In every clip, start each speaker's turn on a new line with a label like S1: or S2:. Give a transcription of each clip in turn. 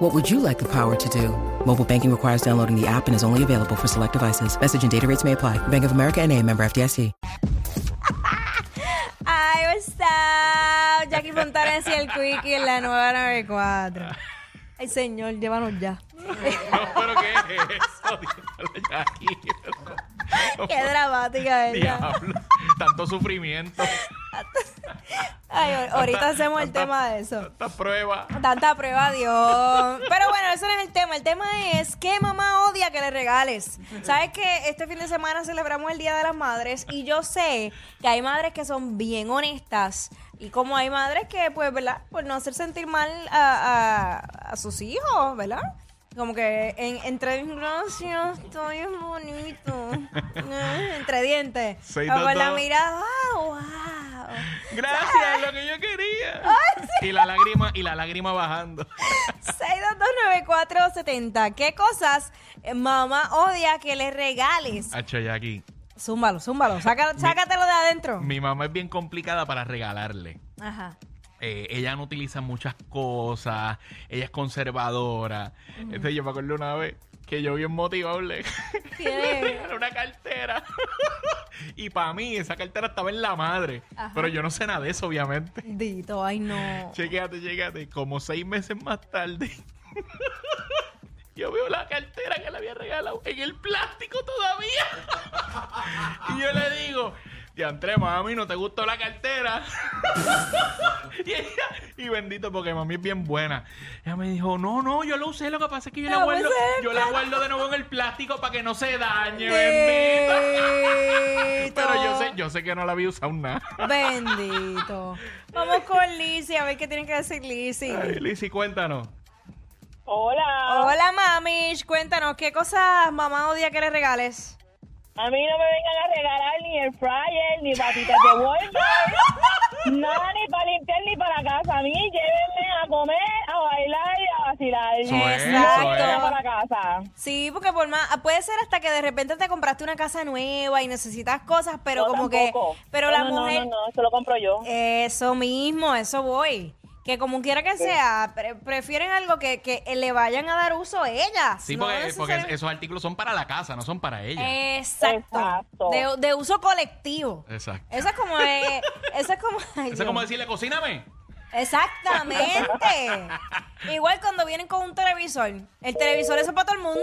S1: What would you like the power to do? Mobile banking requires downloading the app and is only available for select devices. Message and data rates may apply. Bank of America and a member FDIC.
S2: Ay, what's up? Jackie Fontanes y el Quickie en la nueva 94. Ay, señor, llévanos ya.
S3: ¿Pero qué es eso? Dímelo, Jackie.
S2: Qué dramática es. ya.
S3: Diablo. Tanto sufrimiento.
S2: Ay, ahor- ahorita hacemos el
S3: tanta-
S2: tema de eso.
S3: Tanta prueba.
S2: Tanta prueba, Dios. Pero bueno, eso no es el tema. El tema es qué mamá odia que le regales. Sabes que este fin de semana celebramos el Día de las Madres y yo sé que hay madres que son bien honestas. Y como hay madres que, pues, ¿verdad? Por no hacer sentir mal a, a- a sus hijos, ¿verdad? Como que en- entre mis gracias, estoy bien bonito. Eh, entre dientes.
S3: Seis,
S2: O
S3: dos,
S2: con la
S3: dos.
S2: mirada, wow, wow.
S3: Gracias, es lo que yo quería. Y la lágrima, y la lágrima bajando.
S2: 6229470. ¿Qué cosas eh, mamá odia que le regales?
S3: Hacho, Jackie,
S2: Zúmbalo, zúmbalo. Saca- sácatelo de adentro.
S3: mi mamá es bien complicada para regalarle.
S2: Ajá.
S3: Eh, ella no utiliza muchas cosas, ella es conservadora. Entonces yo me acuerdo una vez que yo bien motivable.
S2: Tiene-
S3: Era una cartera. y para mí esa cartera estaba en la madre. Pero yo no sé nada de eso, obviamente.
S2: Dito, ay no.
S3: Chequéate, chequéate. Como seis meses más tarde, yo veo la cartera que le había regalado en el plástico todavía. y yo le digo, Diantre, mami, ¿no te gustó la cartera? y, ella- y bendito, porque mami es bien buena. Ella me dijo, no, no, yo lo usé, lo que pasa es que yo la
S2: No,
S3: guardo,
S2: pues, eh,
S3: yo la guardo de nuevo en el plástico para que no se dañe, bendito.
S2: Bendito.
S3: Pero yo sé, yo sé que no la había usado nada.
S2: Bendito. Vamos con Lizzie, a ver qué tiene que decir Lizzie.
S3: Ay, Lizzy, cuéntanos.
S4: Hola.
S2: Hola, mamish. Cuéntanos, ¿qué cosas mamá odia que le regales?
S4: A mí no me vengan a regalar ni el fryer, ni patitas de Walmart, nada ni para limpiar ni para casa. A mí llévenme a comer, a bailar y a vacilar.
S3: Eso es,
S2: Exacto.
S3: eso es.
S4: Para casa.
S2: Sí, porque por más, ah, puede ser hasta que de repente te compraste una casa nueva y necesitas cosas, pero
S4: No,
S2: como
S4: tampoco.
S2: que, pero
S4: No,
S2: la
S4: no, no,
S2: mujer, Eh,
S4: No, no, eso lo compro yo.
S2: eso mismo, eso voy. Que como quiera que sea, pre- prefieren algo que, que le vayan a dar uso ellas.
S3: Sí,
S2: no
S3: porque, porque
S2: necesariamente-
S3: esos artículos son para la casa, no son para
S2: Eh,
S3: ella.
S2: Exacto.
S4: Exacto.
S2: De, de uso colectivo.
S3: Exacto.
S2: Eso es como, eh, eso es como, ay,
S3: Eso
S2: Dios
S3: es como decirle, cocíname.
S2: Exactamente. Igual cuando vienen con un televisor. El televisor, eso es para todo el mundo.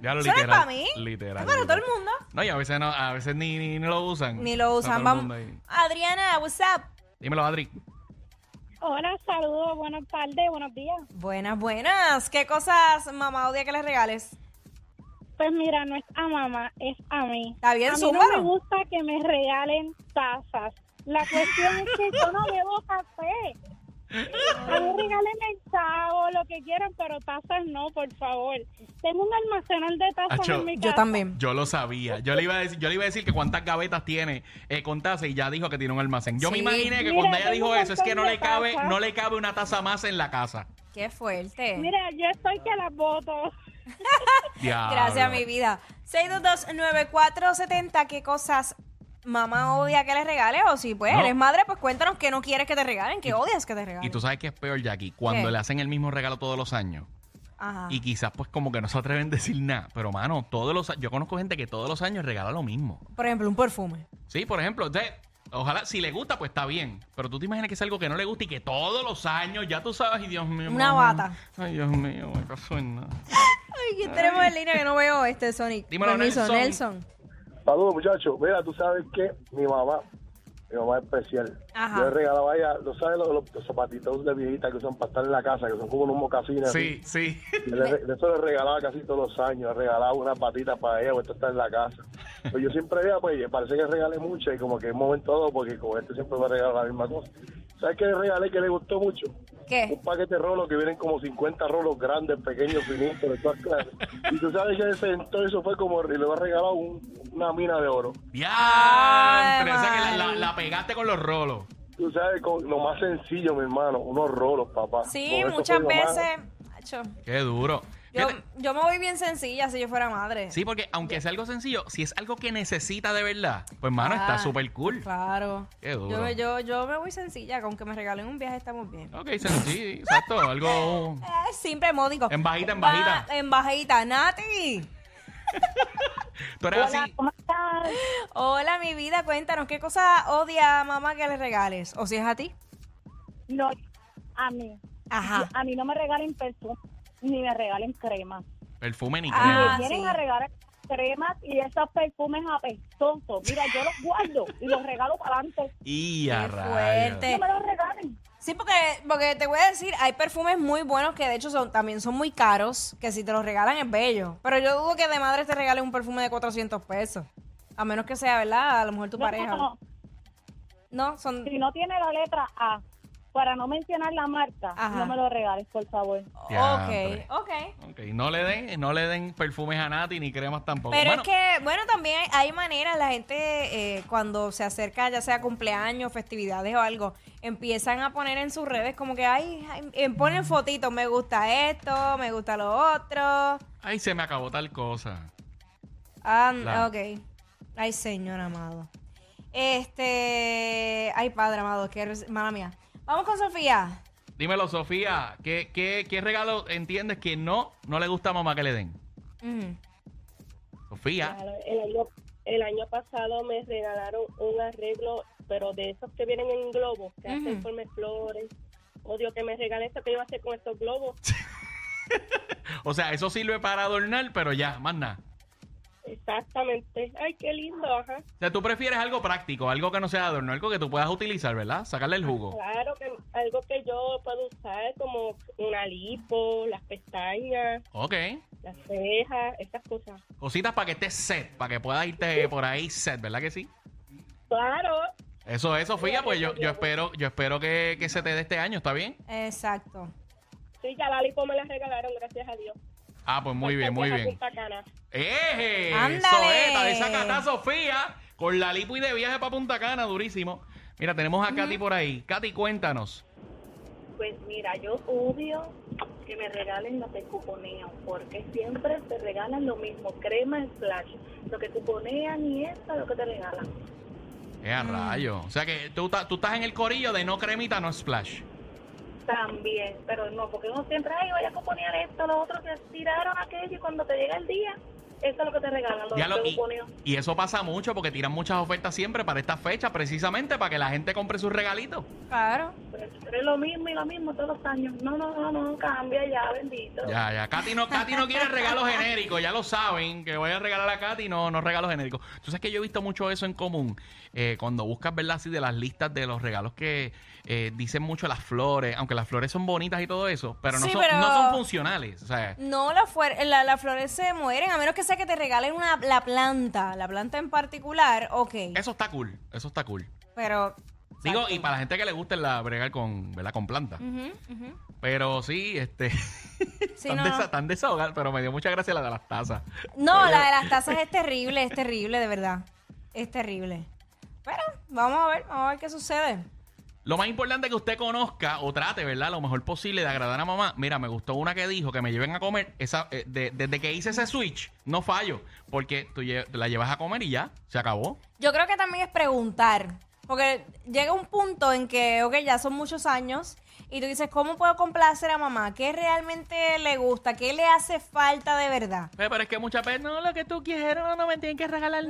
S3: Ya lo
S2: eso no es
S3: literal,
S2: para mí.
S3: literal,
S2: es para todo el
S3: literal.
S2: mundo.
S3: No, y a veces, no, a veces ni, ni, ni lo usan.
S2: Ni lo
S3: Está
S2: usan.
S3: todo el mundo
S2: Vamos.
S3: ahí.
S2: Adriana, what's up?
S3: Dímelo, Adri.
S4: Hola, saludos, buenas tardes, buenos días.
S2: Buenas, buenas. ¿Qué cosas mamá odia que les regales?
S4: Pues mira, no es a mamá, es a mí.
S2: Está bien, A mí no zúmbalo. me
S4: gusta que me regalen tazas. La cuestión es que yo no bebo café. A mí regálenme el chavo, lo que quieran, pero tazas no, por favor. Tengo un almacenal de tazas
S3: Acho,
S4: en mi casa.
S2: Yo también.
S3: Yo lo sabía. Yo le iba a decir, yo le iba a decir que cuántas gavetas tiene eh, con taza y ya dijo que tiene un almacén. Yo me
S2: Sí.
S3: imaginé que
S4: Mira,
S3: cuando ella
S4: tengo
S3: dijo
S4: un
S3: eso es que no
S4: montón
S3: le
S4: de
S3: cabe,
S4: tazas.
S3: no le cabe una taza más en la casa.
S2: Qué fuerte.
S4: Mira, yo estoy que las voto.
S3: Diablo.
S2: Gracias, mi vida. 6229470, ¿qué cosas mamá odia que les regales? O si pues
S3: No.
S2: eres madre, pues cuéntanos qué no quieres que te regalen, qué odias que te regalen.
S3: Y tú sabes que es peor, Jackie, cuando
S2: ¿Qué?
S3: le hacen el mismo regalo todos los años.
S2: Ajá.
S3: Y quizás pues como que no se atreven a decir nada. Pero mano, todos los a- yo conozco gente que todos los años regala lo mismo.
S2: Por ejemplo, un perfume.
S3: Sí, por ejemplo, de- ojalá si le gusta, pues está bien. Pero tú te imaginas que es algo que no le gusta y que todos los años, ya tú sabes, y Dios mío.
S2: Una
S3: mamá.
S2: bata.
S3: Ay, Dios mío, me pasó en nada.
S2: Ay, ¿quién tenemos en línea que no veo este Sonic?
S3: Dímelo,
S2: Permiso,
S3: Nelson.
S5: Saludos, muchachos. Mira, tú sabes que mi mamá, mi mamá es especial.
S2: Ajá.
S5: Yo le regalaba a ella, ¿lo sabes los, los- los zapatitos de viejita que son para estar en la casa, que son como unos mocasines?
S3: Sí, sí.
S5: así? Yo le- de eso le regalaba casi todos los años. Le regalaba unas patitas para ella, para estar en la casa. Pues yo siempre veía, pues parece que regale mucho y como que es momento dado, porque con este siempre me regala la misma cosa. ¿Sabes qué le regalé que le gustó mucho?
S2: ¿Qué?
S5: Un paquete de rolos que vienen como 50 rolos grandes, pequeños, finitos, de todas claras. Y tú sabes que ese entonces fue como, y le va a regalar una mina de oro.
S3: Diantre,
S2: Ay,
S3: quedaste con los rolos.
S5: Tú sabes, con lo más sencillo, mi hermano, unos rolos, papá.
S2: Sí,
S5: Con eso
S2: muchas
S5: fue lo más-
S2: veces. Acho,
S3: Qué duro.
S2: yo,
S3: Fíjate,
S2: yo me voy bien sencilla si yo fuera madre.
S3: Sí, porque aunque sea algo sencillo, si es algo que necesita de verdad, pues, mano, está
S2: Ah,
S3: súper cool.
S2: Claro.
S3: Qué
S2: Yo,
S3: duro.
S2: yo, yo me voy sencilla, con que me regalen un viaje estamos bien.
S3: Ok, sencillo, exacto. Algo
S2: Eh, simple, módico.
S3: En bajita, en bajita.
S2: Va- en bajita. Nati.
S3: Tú eres
S4: Hola,
S3: así.
S4: ¿cómo estás?
S2: Hola, mi vida. Cuéntanos, ¿qué cosa odia a mamá que le regales? O si es a ti.
S4: No, a mí.
S2: Ajá.
S4: A mí no me regalen perfume ni me regalen cremas.
S3: Perfume ni
S2: Ah,
S3: crema.
S4: Vienen
S2: sí.
S4: a regalar cremas y esos perfumes apestosos. Mira, yo los guardo y los regalo para adelante.
S3: Y a
S2: Qué
S3: rayos.
S2: fuerte.
S4: No me los regalen.
S2: Sí, porque, porque te voy a decir, hay perfumes muy buenos que de hecho son, también son muy caros, que si te los regalan es bello. Pero yo dudo que de madre te regalen un perfume de 400 pesos. A menos que sea, ¿verdad? A lo mejor tu
S4: No,
S2: pareja.
S4: no, no.
S2: No, son...
S4: Si no tiene la letra A, para no mencionar la marca,
S2: Ajá.
S4: no me lo regales, por favor.
S3: Diantre.
S2: Ok, ok.
S3: Ok, no le den, no le den perfumes a Nati ni cremas tampoco.
S2: Pero
S3: Bueno,
S2: es que, bueno, también hay maneras, la gente eh, cuando se acerca ya sea cumpleaños, festividades o algo, empiezan a poner en sus redes como que, ay, ay, eh,
S3: Mm.
S2: ponen fotitos, me gusta esto, me gusta lo otro.
S3: Ay, se me acabó tal cosa.
S2: Ah,
S3: Claro.
S2: ok. Ay, señor amado. Este, ay, padre amado, que eres- mala mía. Vamos con Sofía.
S3: Dímelo, Sofía, ¿qué, qué, qué regalo entiendes que no, no le gusta a mamá que le den?
S2: Ujú.
S3: Sofía.
S6: Claro, el año, el año pasado me regalaron un arreglo, pero de esos que vienen en globos, que
S2: Ujú.
S6: hacen forma de flores. Odio que me regalen esto que yo voy a hacer con estos globos.
S3: O sea, eso sirve para adornar, pero ya, más nada.
S6: Exactamente. Ay, qué lindo, ajá.
S3: O sea, tú prefieres algo práctico, algo que no sea adorno, algo que tú puedas utilizar, ¿verdad? Sacarle el jugo.
S6: Claro, que algo que yo puedo usar como una lipo, las pestañas,
S3: Ok.
S6: las cejas, estas cosas.
S3: Cositas para que estés set, para que puedas irte por ahí set, ¿verdad que sí?
S6: Claro.
S3: Eso es, Sofía, pues yo, yo espero, yo espero que, que se te dé este año, ¿está bien?
S2: Exacto.
S6: Sí, ya la lipo me la regalaron, gracias a Dios.
S3: Ah, pues muy bien, muy
S6: Gracias a
S3: bien.
S6: Punta Cana.
S3: ¡Eje!
S2: Ándale.
S3: Soeta, desacatá Sofía con la lipo y de viaje para Punta Cana, durísimo. Mira, tenemos a Katy por ahí. Katy, cuéntanos.
S7: Pues mira, yo odio que me regalen los de cuponeo, porque siempre te regalan lo mismo, crema slash, lo que cuponean y esto lo que te regalan.
S3: ¡Eh, a rayo! O sea que tú, ta- tú estás en el corillo de no cremita, no splash.
S7: También, pero no, porque uno siempre, ay, voy a cuponear esto, lo otro, que tiraron aquello y cuando te llega el día, eso es lo que te regalan, lo
S3: Ya lo-
S7: que
S3: y,
S7: cuponeo.
S3: y eso pasa mucho porque tiran muchas ofertas siempre para esta fecha, precisamente para que la gente compre sus regalitos.
S2: Claro.
S7: Pues, pero es lo mismo y lo mismo todos los años. No, no, no, no, cambia ya, bendito.
S3: Ya, ya. Katy no, Katy no quiere regalos genéricos, ya lo saben, que voy a regalar a Katy, no, no regalos genéricos. Tú sabes que yo he visto mucho eso en común, eh, cuando buscas, ¿verdad? Así de las listas de los regalos que eh, dicen mucho las flores, aunque las flores son bonitas y todo eso, pero no,
S2: Sí,
S3: son,
S2: pero-
S3: no son funcionales. O sea,
S2: No, la fuer- la- las flores se mueren, a menos que sea que te regalen una, la planta, la planta en particular, ok.
S3: eso está cool, eso está cool.
S2: Pero...
S3: Digo, y para la gente que le guste la bregar con, ¿verdad? Con plantas.
S2: Ujú, ujú.
S3: Pero sí, este...
S2: Mm. Sí,
S3: tan,
S2: no,
S3: desa-
S2: no.
S3: tan desahogar, pero me dio mucha gracia la de las tazas.
S2: No, la de las tazas es terrible, es terrible, de verdad. Es terrible. Pero vamos a ver, vamos a ver qué sucede.
S3: Lo más importante que usted conozca o trate, ¿verdad? Lo mejor posible de agradar a mamá. Mira, me gustó una que dijo que me lleven a comer. Esa, eh, de- desde que hice ese switch, no fallo. Porque tú lle- la llevas a comer y ya, se acabó.
S2: Yo creo que también es preguntar. Porque llega un punto en que, ok, ya son muchos años. Y tú dices, ¿cómo puedo complacer a mamá? ¿Qué realmente le gusta? ¿Qué le hace falta de verdad?
S3: Eh, Pero es que muchas veces, no, lo que tú quieras, no me tienen que regalar
S2: No,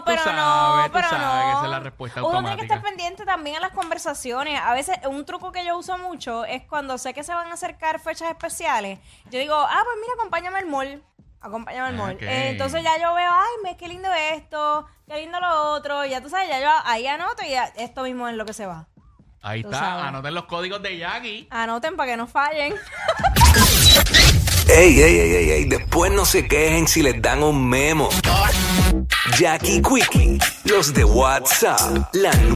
S3: nada.
S2: pero
S3: tú
S2: no,
S3: sabes,
S2: pero
S3: tú sabes
S2: no.
S3: que esa es la respuesta
S2: Uno tiene que
S3: automática.
S2: estar pendiente también a las conversaciones. A veces, un truco que yo uso mucho es cuando sé que se van a acercar fechas especiales, yo digo, ah, pues mira, acompáñame al mall. Acompáñame al
S3: Ah,
S2: mall.
S3: ok.
S2: Eh, entonces ya yo veo, ay, me- qué lindo esto, qué lindo lo otro. Ya tú sabes, ya yo ahí anoto y ya esto mismo es lo que se va.
S3: Ahí
S2: tú
S3: está,
S2: sabes.
S3: anoten los códigos de Jackie.
S2: Anoten para que no fallen.
S8: Ey, ey, ey, ey, ey, después no se quejen si les dan un memo. Jackie Quickie, los de WhatsApp, la